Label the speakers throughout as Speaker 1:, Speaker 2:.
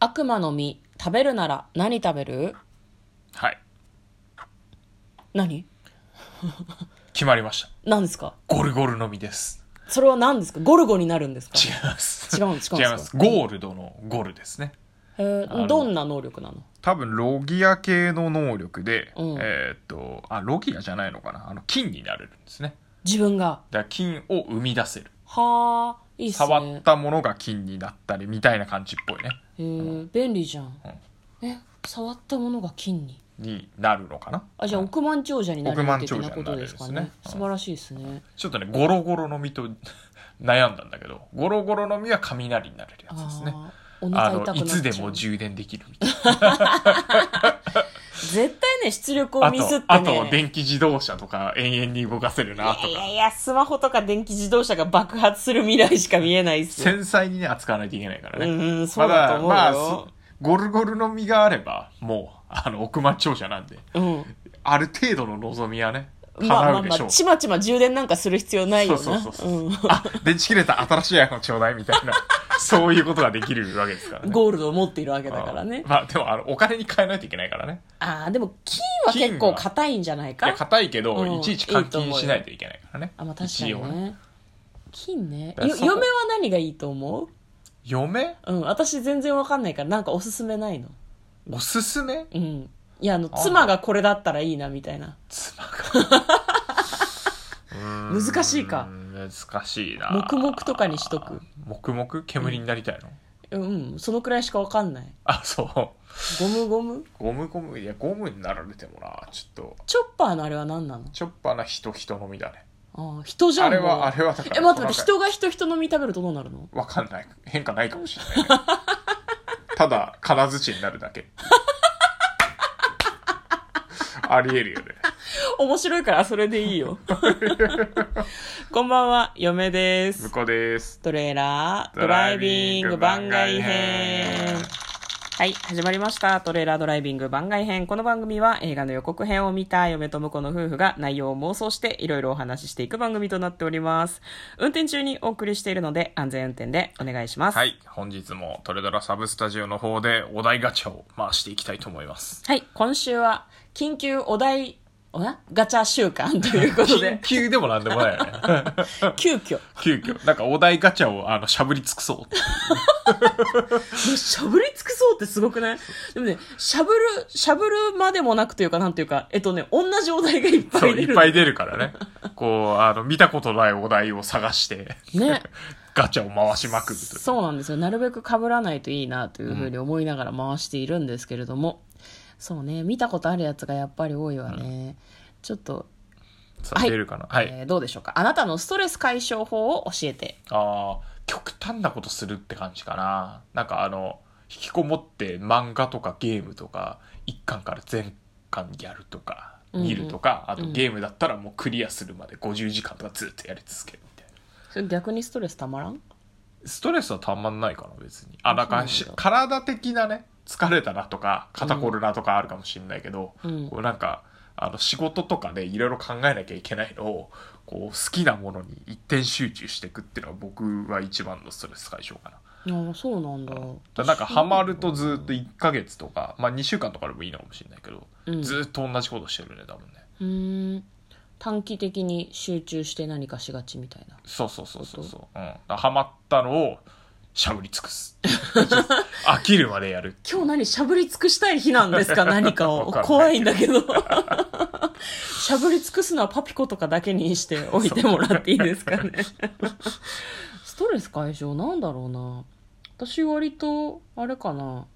Speaker 1: 悪魔の実食べるなら何食べる
Speaker 2: はい
Speaker 1: 何
Speaker 2: 決まりました
Speaker 1: 何ですか
Speaker 2: ゴルゴルの実です
Speaker 1: それは何ですかゴルゴになるんですか
Speaker 2: 違います
Speaker 1: 違うんですか
Speaker 2: 違いますゴールドのゴルですね
Speaker 1: え
Speaker 2: あ
Speaker 1: ー
Speaker 2: の
Speaker 1: どんな能力なの
Speaker 2: 多分ロギア系の能力で、
Speaker 1: うん
Speaker 2: えーっとあロギアじゃないのかなあの金になれるんですね
Speaker 1: 自分が
Speaker 2: だから金を生み出せる
Speaker 1: はあいいっすね
Speaker 2: 触ったものが金になったりみたいな感じっぽいね
Speaker 1: えー便利じゃん、え触ったものが金に
Speaker 2: になるのかな
Speaker 1: あじゃあ億万長者になれ
Speaker 2: 億
Speaker 1: る
Speaker 2: 万
Speaker 1: 的
Speaker 2: 長者
Speaker 1: な
Speaker 2: になれ
Speaker 1: こ
Speaker 2: る
Speaker 1: とですかね
Speaker 2: ですねうん
Speaker 1: 素晴らしいですね
Speaker 2: ちょっとねゴロゴロの実と悩んだんだけどゴロゴロの実は雷になれるやつですね
Speaker 1: あーお
Speaker 2: あ
Speaker 1: 腹痛くなっ
Speaker 2: の
Speaker 1: ちゃ
Speaker 2: いうつでも充電できるみたいな
Speaker 1: 絶対ね出力を
Speaker 2: あ
Speaker 1: ミスって
Speaker 2: と
Speaker 1: ね
Speaker 2: あと電気自動車とか延々に動かせるなとか
Speaker 1: いやいやいやスマホとか電気自動車が爆発する未来しか見えないっすよ
Speaker 2: 繊細にね扱わないといけないからね、
Speaker 1: うんうんそうだと思うよ
Speaker 2: まだまあゴルゴルの実があればもうあの億万長者なんで
Speaker 1: うん
Speaker 2: ある程度の望みはね
Speaker 1: まあま
Speaker 2: 叶
Speaker 1: あ
Speaker 2: うで
Speaker 1: ま
Speaker 2: しょ
Speaker 1: あ
Speaker 2: う、
Speaker 1: ちまちま充電なんかする必要ないよな
Speaker 2: そうそうそうそう
Speaker 1: うん
Speaker 2: あ電池切れた新しい iPhone ちょうだいみ たいなそういうことができるわけですからね
Speaker 1: ゴールドを持っているわけだからね
Speaker 2: うんまあでもあのお金に変えないといけないからね
Speaker 1: ああでも金は結構硬いんじゃない
Speaker 2: い
Speaker 1: か
Speaker 2: や硬いけど、
Speaker 1: うん
Speaker 2: いちいち換金しないといけないからね
Speaker 1: あまあ確か
Speaker 2: 一応
Speaker 1: にね金ね
Speaker 2: だ
Speaker 1: よ
Speaker 2: からそこ
Speaker 1: 嫁は何がいいと思
Speaker 2: 嫁
Speaker 1: ううん私全然わかんないからなんかおすすめないの
Speaker 2: おすすめ
Speaker 1: うんいやあの
Speaker 2: あ
Speaker 1: 妻がこれだったらいいなみたいな
Speaker 2: 妻が
Speaker 1: 難しいか
Speaker 2: うーん難しいな
Speaker 1: 黙々とかにしとく
Speaker 2: 黙々煙になりたいの、
Speaker 1: うんそのくらいしかわかんない
Speaker 2: あそう
Speaker 1: ゴムゴム
Speaker 2: ゴムゴムいやゴムになられてもなちょっと
Speaker 1: チョッパーのあれは何なの
Speaker 2: ちょっぱな人人のみだね
Speaker 1: ああ人じゃん
Speaker 2: あれ
Speaker 1: もう
Speaker 2: はあれはだから
Speaker 1: え待って待って
Speaker 2: その
Speaker 1: 人が人人の身食べるとどうなるの
Speaker 2: わかんない変化ないかもしれない、ね、ただ金槌になるだけ ありえるよね
Speaker 1: 面白いからそれでいいよこんばんは嫁で
Speaker 2: 向
Speaker 1: す
Speaker 2: こうです
Speaker 1: トレーラードライビング番外編はい、始まりました。トレーラードライビング番外編。この番組は映画の予告編を見た嫁と婿の夫婦が内容を妄想していろいろお話ししていく番組となっております。運転中にお送りしているので安全運転でお願いします。。
Speaker 2: はいい本日もトレドラサブスタジオの方でお題ガチャを回していきたいと思います
Speaker 1: はい、今週は緊急お題、おなガチャ週間ということ
Speaker 2: 緊
Speaker 1: で、
Speaker 2: 急でもなんでもないよね
Speaker 1: 急遽、
Speaker 2: 急遽なんかお題ガチャをあのしゃぶり尽くそうって
Speaker 1: しゃぶり尽くそうってすごくないでもね、しゃぶる、しゃぶるまでもなくというか、なんというか、えっとね、同じお題がいっぱ
Speaker 2: そう
Speaker 1: い出
Speaker 2: い
Speaker 1: る。
Speaker 2: っぱい出るからねこうあの見たことないお題を探して
Speaker 1: ね。
Speaker 2: ガチャを回しまくるという
Speaker 1: そうなんですよ。なるべく被らないといいなというふうに思いながら回しているんですけれども、そうね、見たことあるやつがやっぱり多いわね。ちょっと、
Speaker 2: さあ
Speaker 1: はい
Speaker 2: 出るかなはい、
Speaker 1: えーどうでしょうか。あなたのストレス解消法を教えて。
Speaker 2: ああ極端なことするって感じかななんかあの引きこもって漫画とかゲームとか一巻から全巻やるとか
Speaker 1: うんうん
Speaker 2: 見るとか、あ
Speaker 1: うん
Speaker 2: とゲームだったらもうクリアするまで50時間とかずっとやり続けるみたいな
Speaker 1: それ逆にストレスたまらん
Speaker 2: ストレスはたまんないかな別にあなんかし
Speaker 1: そうなんだ
Speaker 2: 体的なね疲れたなとか肩こるなとかあるかもしれないけど、
Speaker 1: うん
Speaker 2: こうなんかあの仕事とかでいろいろ考えなきゃいけないのをこう好きなものに一点集中していくっていうのは僕は一番のストレス解消かな
Speaker 1: ああ、そうなんだ。
Speaker 2: だなんかハマるとずっと1ヶ月とか、まあ、2週間とかでもいいのかもしれないけど、
Speaker 1: うん
Speaker 2: ずっと同じことしてるね多分ね
Speaker 1: うーん。短期的に集中して何かしがちみたいな。
Speaker 2: そうそうそうそうそう、うん、だからハマったのをしゃぶり尽くす 飽きるまでやる
Speaker 1: 今日何しゃぶり尽くしたい日なんです か何かを。
Speaker 2: わかんない
Speaker 1: 怖いんだけど。 しゃぶり尽くすのはパピコとかだけにしておいてもらっていいです かね。ストレス解消なんだろうな。私割と、あれかな。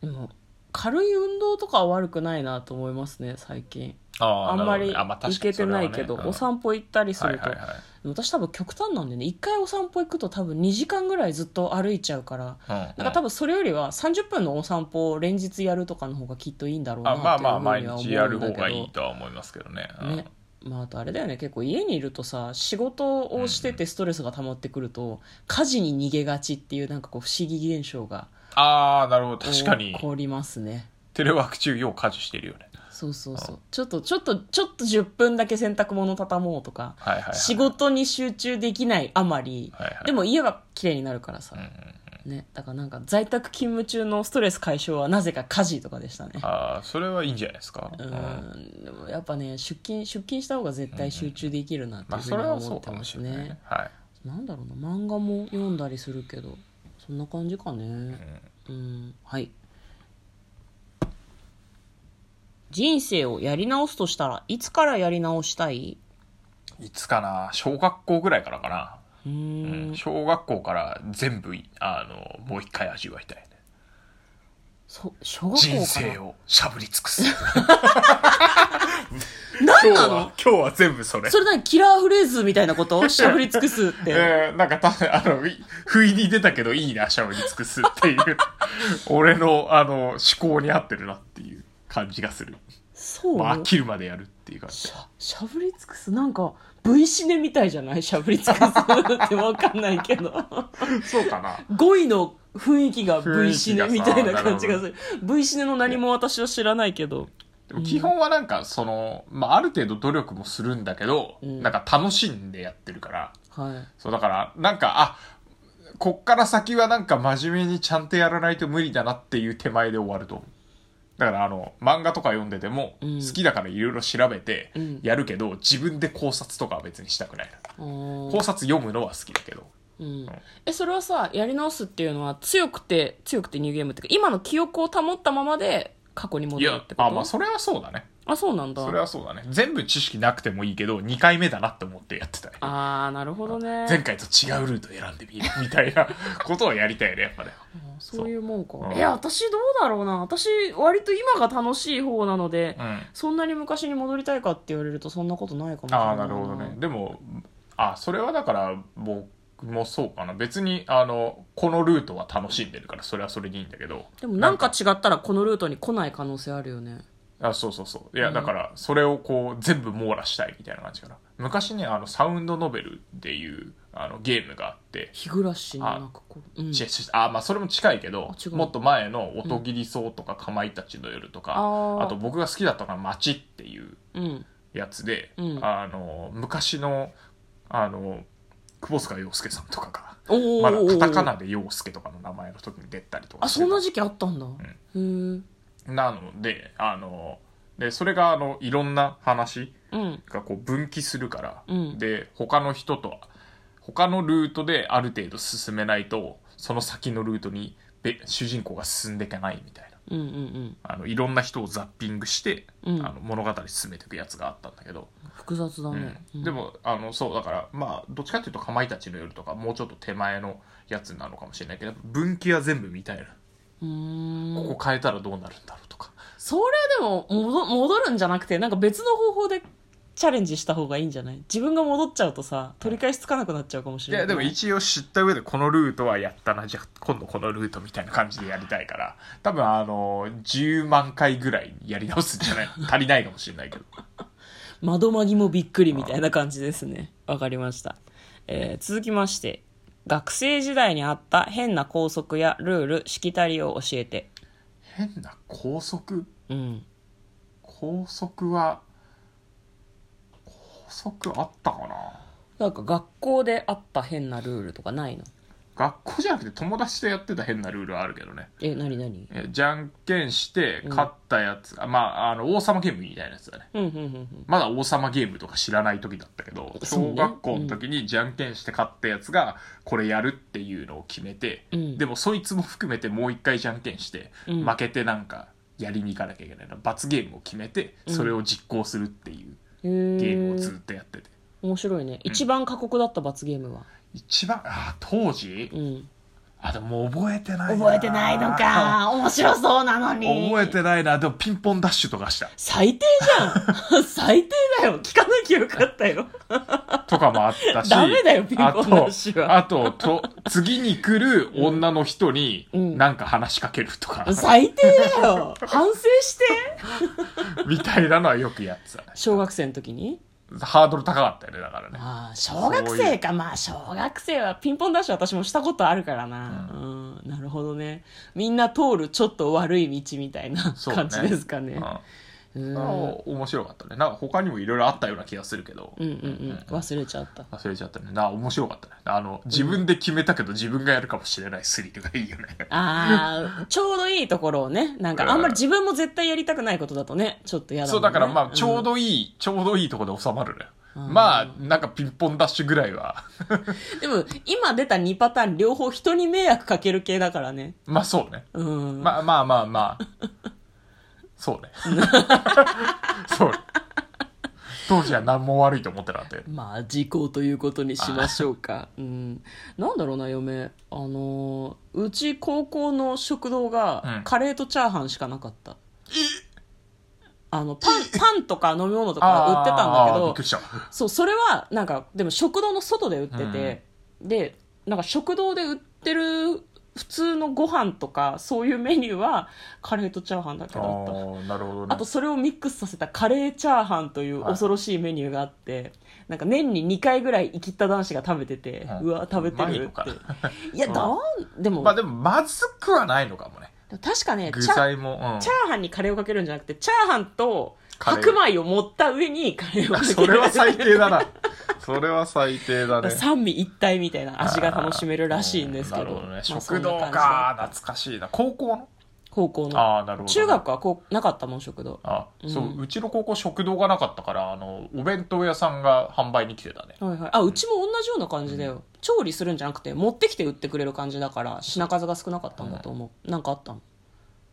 Speaker 1: でも、軽い運動とかは悪くないなと思いますね、最近。
Speaker 2: あ
Speaker 1: あ
Speaker 2: ー
Speaker 1: んまり
Speaker 2: なるほどねああ確かに
Speaker 1: 行けてないけど、
Speaker 2: それはね
Speaker 1: お散歩行ったりすると。
Speaker 2: はいはいはい
Speaker 1: 私多分極端なんでね、一回お散歩行くと多分2時間ぐらいずっと歩いちゃうから。
Speaker 2: うん
Speaker 1: なんか多分それよりは30分のお散歩を連日やるとかの方がきっといいんだろうな
Speaker 2: あ
Speaker 1: って
Speaker 2: まあまあ
Speaker 1: い
Speaker 2: 毎
Speaker 1: うふう
Speaker 2: 日
Speaker 1: に
Speaker 2: や
Speaker 1: は
Speaker 2: る
Speaker 1: 思うん
Speaker 2: 方
Speaker 1: だ
Speaker 2: が
Speaker 1: け
Speaker 2: い
Speaker 1: ど
Speaker 2: いとは思いますけどねうん
Speaker 1: ねまあ、あとあれだよね結構家にいるとさ仕事をしててストレスが溜まってくると、家事に逃げがちっていうなんかこう不思議現象が
Speaker 2: ああなるほど確かに
Speaker 1: 起こりますね
Speaker 2: テレワーク中よう家事してるよね
Speaker 1: そうそうそうちょっとちょっとちょっと10分だけ洗濯物畳もうとか、
Speaker 2: はいはいはい
Speaker 1: 仕事に集中できないあまり、
Speaker 2: はいはい
Speaker 1: でも家が綺麗になるからさ、
Speaker 2: うんうん
Speaker 1: ねだからなんか在宅勤務中のストレス解消はなぜか家事とかでしたね
Speaker 2: ああそれはいいんじゃないですか、
Speaker 1: う
Speaker 2: うん
Speaker 1: んでもやっぱね出勤出勤した方が絶対集中できるなって
Speaker 2: ま
Speaker 1: いうふう
Speaker 2: あそ
Speaker 1: に
Speaker 2: れ
Speaker 1: は
Speaker 2: はそ
Speaker 1: 思っ
Speaker 2: う
Speaker 1: て
Speaker 2: かも
Speaker 1: ま
Speaker 2: し
Speaker 1: す
Speaker 2: れ
Speaker 1: ね,、
Speaker 2: ないねはい
Speaker 1: なんだろうな漫画も読んだりするけどそんな感じかねうん、はい人生をやり直すとしたらいつからやり直したい
Speaker 2: いつかな小学校ぐらいからかな
Speaker 1: うーん
Speaker 2: うん小学校から全部いあのもう一回味わいたいね
Speaker 1: そ小学校から
Speaker 2: 人生をしゃぶり尽くす
Speaker 1: 何
Speaker 2: 今日
Speaker 1: な
Speaker 2: は
Speaker 1: の
Speaker 2: 今日は全部それ
Speaker 1: それ何キラーフレーズみたいなことしゃぶり尽くす って、
Speaker 2: えーなんかたあのい不意に出たけどいいなしゃぶり尽くすっていう 俺のあの思考に合ってるなっていう感じがする、
Speaker 1: そう、
Speaker 2: まあ、飽きるまでやるっていう感じ
Speaker 1: しゃしゃぶり尽くすなんか V シネみたいじゃないしゃぶり尽くすってわかんないけど
Speaker 2: そうかな
Speaker 1: 5位の雰囲気が V シネ
Speaker 2: 雰囲
Speaker 1: み
Speaker 2: 気がさ
Speaker 1: たいな感じがする V シネの何も私は知らないけど
Speaker 2: でも基本はなんかその、まあ、ある程度努力もするんだけど、
Speaker 1: うん
Speaker 2: なんか楽しんでやってるから
Speaker 1: は
Speaker 2: そうだからなんかあこっから先はなんか真面目にちゃんとやらないと無理だなっていう手前で終わると思うだからあの漫画とか読んでても、
Speaker 1: うん
Speaker 2: 好きだからいろいろ調べて
Speaker 1: うん
Speaker 2: やるけど、自分で考察とかは別にしたくないな、
Speaker 1: いあー
Speaker 2: 考察読むのは好きだけど
Speaker 1: うん、えそれはさやり直すっていうのは強くて強くてニューゲームっていうか今の記憶を保ったままで過去に
Speaker 2: い
Speaker 1: 戻る
Speaker 2: や
Speaker 1: ってこと
Speaker 2: あまあそれはそうだね
Speaker 1: あそうなんだ
Speaker 2: それはそうだね全部知識なくてもいいけど2回目だなって思ってやってたね
Speaker 1: ああなるほどね
Speaker 2: 前回と違うルート選んでみる みたいなことをやりたいねやっぱね
Speaker 1: そういうもんか
Speaker 2: う。ん
Speaker 1: え、私どうだろうな。私、割と今が楽しい方なので、
Speaker 2: うん
Speaker 1: そんなに昔に戻りたいかって言われるとそんなことないかもしれない。
Speaker 2: ああなるほどね。でもあそれはだから僕もそうかな別にあのこのルートは楽しんでるからそれはそれでいいんだけど
Speaker 1: でもなんか違ったらこのルートに来ない可能性あるよね。
Speaker 2: あそうそうそういや、
Speaker 1: うん
Speaker 2: だからそれをこう全部網羅したいみたいな感じかな昔ねあのサウンドノベルっていうあのゲームがあって、
Speaker 1: 日暮らしのなんかこう。うん。
Speaker 2: ちちあまあそれも近いけど
Speaker 1: あ違う
Speaker 2: もっと前の「音切り草」とか「かまいたちの夜」とか、
Speaker 1: あー
Speaker 2: あと僕が好きだったのは「街」っていう
Speaker 1: うん。
Speaker 2: やつで、
Speaker 1: うん
Speaker 2: あの昔のあの窪塚洋介さんとかが
Speaker 1: おー
Speaker 2: まだカタカナで洋介とかの名前の時に出たりとか
Speaker 1: あ、
Speaker 2: してた
Speaker 1: そんな時期あったんだ。へえ。
Speaker 2: なのであのでそれがあのいろんな話
Speaker 1: うん。
Speaker 2: がこう分岐するから、
Speaker 1: うん
Speaker 2: で他の人と他のルートである程度進めないとその先のルートにべ主人公が進んでいかないみたいな
Speaker 1: うんうんうん。
Speaker 2: あのいろんな人をザッピングして、
Speaker 1: うん
Speaker 2: あの物語進めていくやつがあったんだけど、
Speaker 1: 複雑だね。
Speaker 2: うん
Speaker 1: うん
Speaker 2: で。もあのそうだからまあどっちかっていうと「かまいたちの夜」とかもうちょっと手前のやつなのかもしれないけど分岐は全部見たいな
Speaker 1: うーん。
Speaker 2: ここ変えたらどうなるんだろうとか
Speaker 1: それでも戻戻るんじゃなくてなんか別の方法でチャレンジした方がいいんじゃない自分が戻っちゃうとさ取り返しつかなくなっちゃうかもし
Speaker 2: い
Speaker 1: れない
Speaker 2: やでも一応知った上でこのルートはやったなじゃあ今度このルートみたいな感じでやりたいから多分あの10万回ぐらいやり直すんじゃない足りないかもしれないけど
Speaker 1: 窓まぎもびっくりみたいな感じですねわかりました、えー続きまして学生時代にあった変な校則やルールしきたりを教えて
Speaker 2: 変な拘束
Speaker 1: うん
Speaker 2: 拘束は拘束あったかな
Speaker 1: なんか学校であった変なルールとかないの
Speaker 2: 学校じゃなくて友達とやってた変なルールはあるけどね
Speaker 1: え何何
Speaker 2: えじゃんけんして
Speaker 1: うん
Speaker 2: 勝ったやつが、まああの王様ゲームみたいなやつだね
Speaker 1: うんうんうんうん
Speaker 2: まだ王様ゲームとか知らない時だったけど
Speaker 1: そうね
Speaker 2: 小学校の時にじゃんけんして勝ったやつがこれやるっていうのを決めて、
Speaker 1: うん
Speaker 2: でもそいつも含めてもう一回じゃんけんして、
Speaker 1: うん
Speaker 2: 負けてなんかやりに行かなきゃいけないな罰ゲームを決めて
Speaker 1: うん
Speaker 2: それを実行するっていう
Speaker 1: ゲ
Speaker 2: ゲームをず
Speaker 1: ー
Speaker 2: っとやってて、
Speaker 1: 面白いね一番過酷だった罰ゲームは
Speaker 2: 一番あ当時
Speaker 1: うん
Speaker 2: あでも覚えてないな
Speaker 1: 覚えてないの か面白そうなのに
Speaker 2: 覚えてないなでもピンポンダッシュとかした
Speaker 1: 最低じゃん 最低だよ聞かなきゃよかったよ
Speaker 2: とかもあった し。
Speaker 1: ダメだよピンポン
Speaker 2: あと
Speaker 1: 話は
Speaker 2: あと、と、次に来る女の人に、
Speaker 1: うん
Speaker 2: なんか話しかけるとか、
Speaker 1: 最低だよ反省して
Speaker 2: みたいなのはよくやってたね。
Speaker 1: 小学生の時に
Speaker 2: ハードル高かったよね、だからね。
Speaker 1: ああ小学生かまあ小学生はピンポンダッシュ私もしたことあるからな、うんなるほどねみんな通るちょっと悪い道みたいな
Speaker 2: そうね
Speaker 1: 感じですかね
Speaker 2: うん
Speaker 1: うーん
Speaker 2: あ面白かったねなんか他にもいろいろあったような気がするけど、
Speaker 1: うんうんうん忘れちゃった
Speaker 2: 忘れちゃったねな面白かったねあの自分で決めたけど自分がやるかもしれないスリルがいいよね
Speaker 1: ああちょうどいいところをねなんかあんまり自分も絶対やりたくないことだとねちょっと嫌だもんね
Speaker 2: そうだからまあちょうどいい、ちょうどいいとこで収まるね
Speaker 1: うん
Speaker 2: まあなんかピンポンダッシュぐらいは
Speaker 1: うんでも今出た2パターン両方人に迷惑かける系だからね
Speaker 2: まあそうね
Speaker 1: うん
Speaker 2: まあまあまあまあそうね そうね当時は何も悪いと思ってなかったよ
Speaker 1: まあ時効ということにしましょうか、うん、なんだろうな嫁あのーうち高校の食堂
Speaker 2: う
Speaker 1: が
Speaker 2: ん
Speaker 1: カレーとチャーハンしかなかった、あのパンパンとか飲み物とか売ってたんだけ
Speaker 2: あーびっ
Speaker 1: ど
Speaker 2: くりした
Speaker 1: そうそれはなんかでも食堂の外で売ってて、でなんか食堂で売ってる普通のご飯とかそういうメニューはカレーとチャーハンだけ
Speaker 2: あ
Speaker 1: だった
Speaker 2: ーなるほどね
Speaker 1: あとそれをミックスさせたカレーチャーハンという
Speaker 2: はい
Speaker 1: 恐ろしいメニューがあって、なんか年に2回ぐらい生きった男子が食べてて、
Speaker 2: はいう
Speaker 1: わ食べて
Speaker 2: うまい
Speaker 1: る
Speaker 2: の
Speaker 1: っ
Speaker 2: か
Speaker 1: ていやどうでも,、
Speaker 2: まあでもまずくはないのかもね
Speaker 1: 確かね
Speaker 2: 具
Speaker 1: チャ
Speaker 2: 材も、うん、
Speaker 1: チャーハンにカレーをかけるんじゃなくてチャーハンと
Speaker 2: カレー
Speaker 1: 白米を盛った上にカレーをかける
Speaker 2: それは最低だなそれは最低だね
Speaker 1: 三味一体みたいな味が楽しめるらしいんですけど
Speaker 2: うなるほどね、
Speaker 1: まあ
Speaker 2: 食堂
Speaker 1: そんな感じ
Speaker 2: か懐かしいな高校の
Speaker 1: 高校の
Speaker 2: ああなるほどね、
Speaker 1: 中学はこうなかったもん食堂
Speaker 2: あそう、
Speaker 1: うん
Speaker 2: うちの高校食堂がなかったからあのお弁当屋さんが販売に来てたね
Speaker 1: はいはい、あうちも同じような感じだよ、調理するんじゃなくて持ってきて売ってくれる感じだから品数が少なかったんだと思う、なんかあったの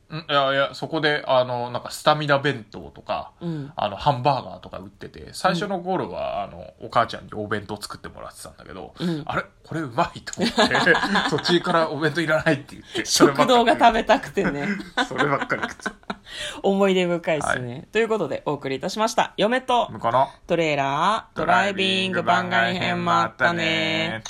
Speaker 2: うんいやいやそこであのなんかスタミナ弁当とか、
Speaker 1: うん
Speaker 2: あのハンバーガーとか売ってて最初の頃は、あのお母ちゃんにお弁当作ってもらってたんだけど、
Speaker 1: うん
Speaker 2: あれこれうまいと思って 途中からお弁当いらないって言ってそれ
Speaker 1: 食
Speaker 2: ばっか
Speaker 1: 堂
Speaker 2: り
Speaker 1: が食べたくてね
Speaker 2: そればっかり食って
Speaker 1: 思い出深いですね、ということでお送りいたしました嫁と
Speaker 2: たのかな
Speaker 1: トレーラードライビング番外編もあったね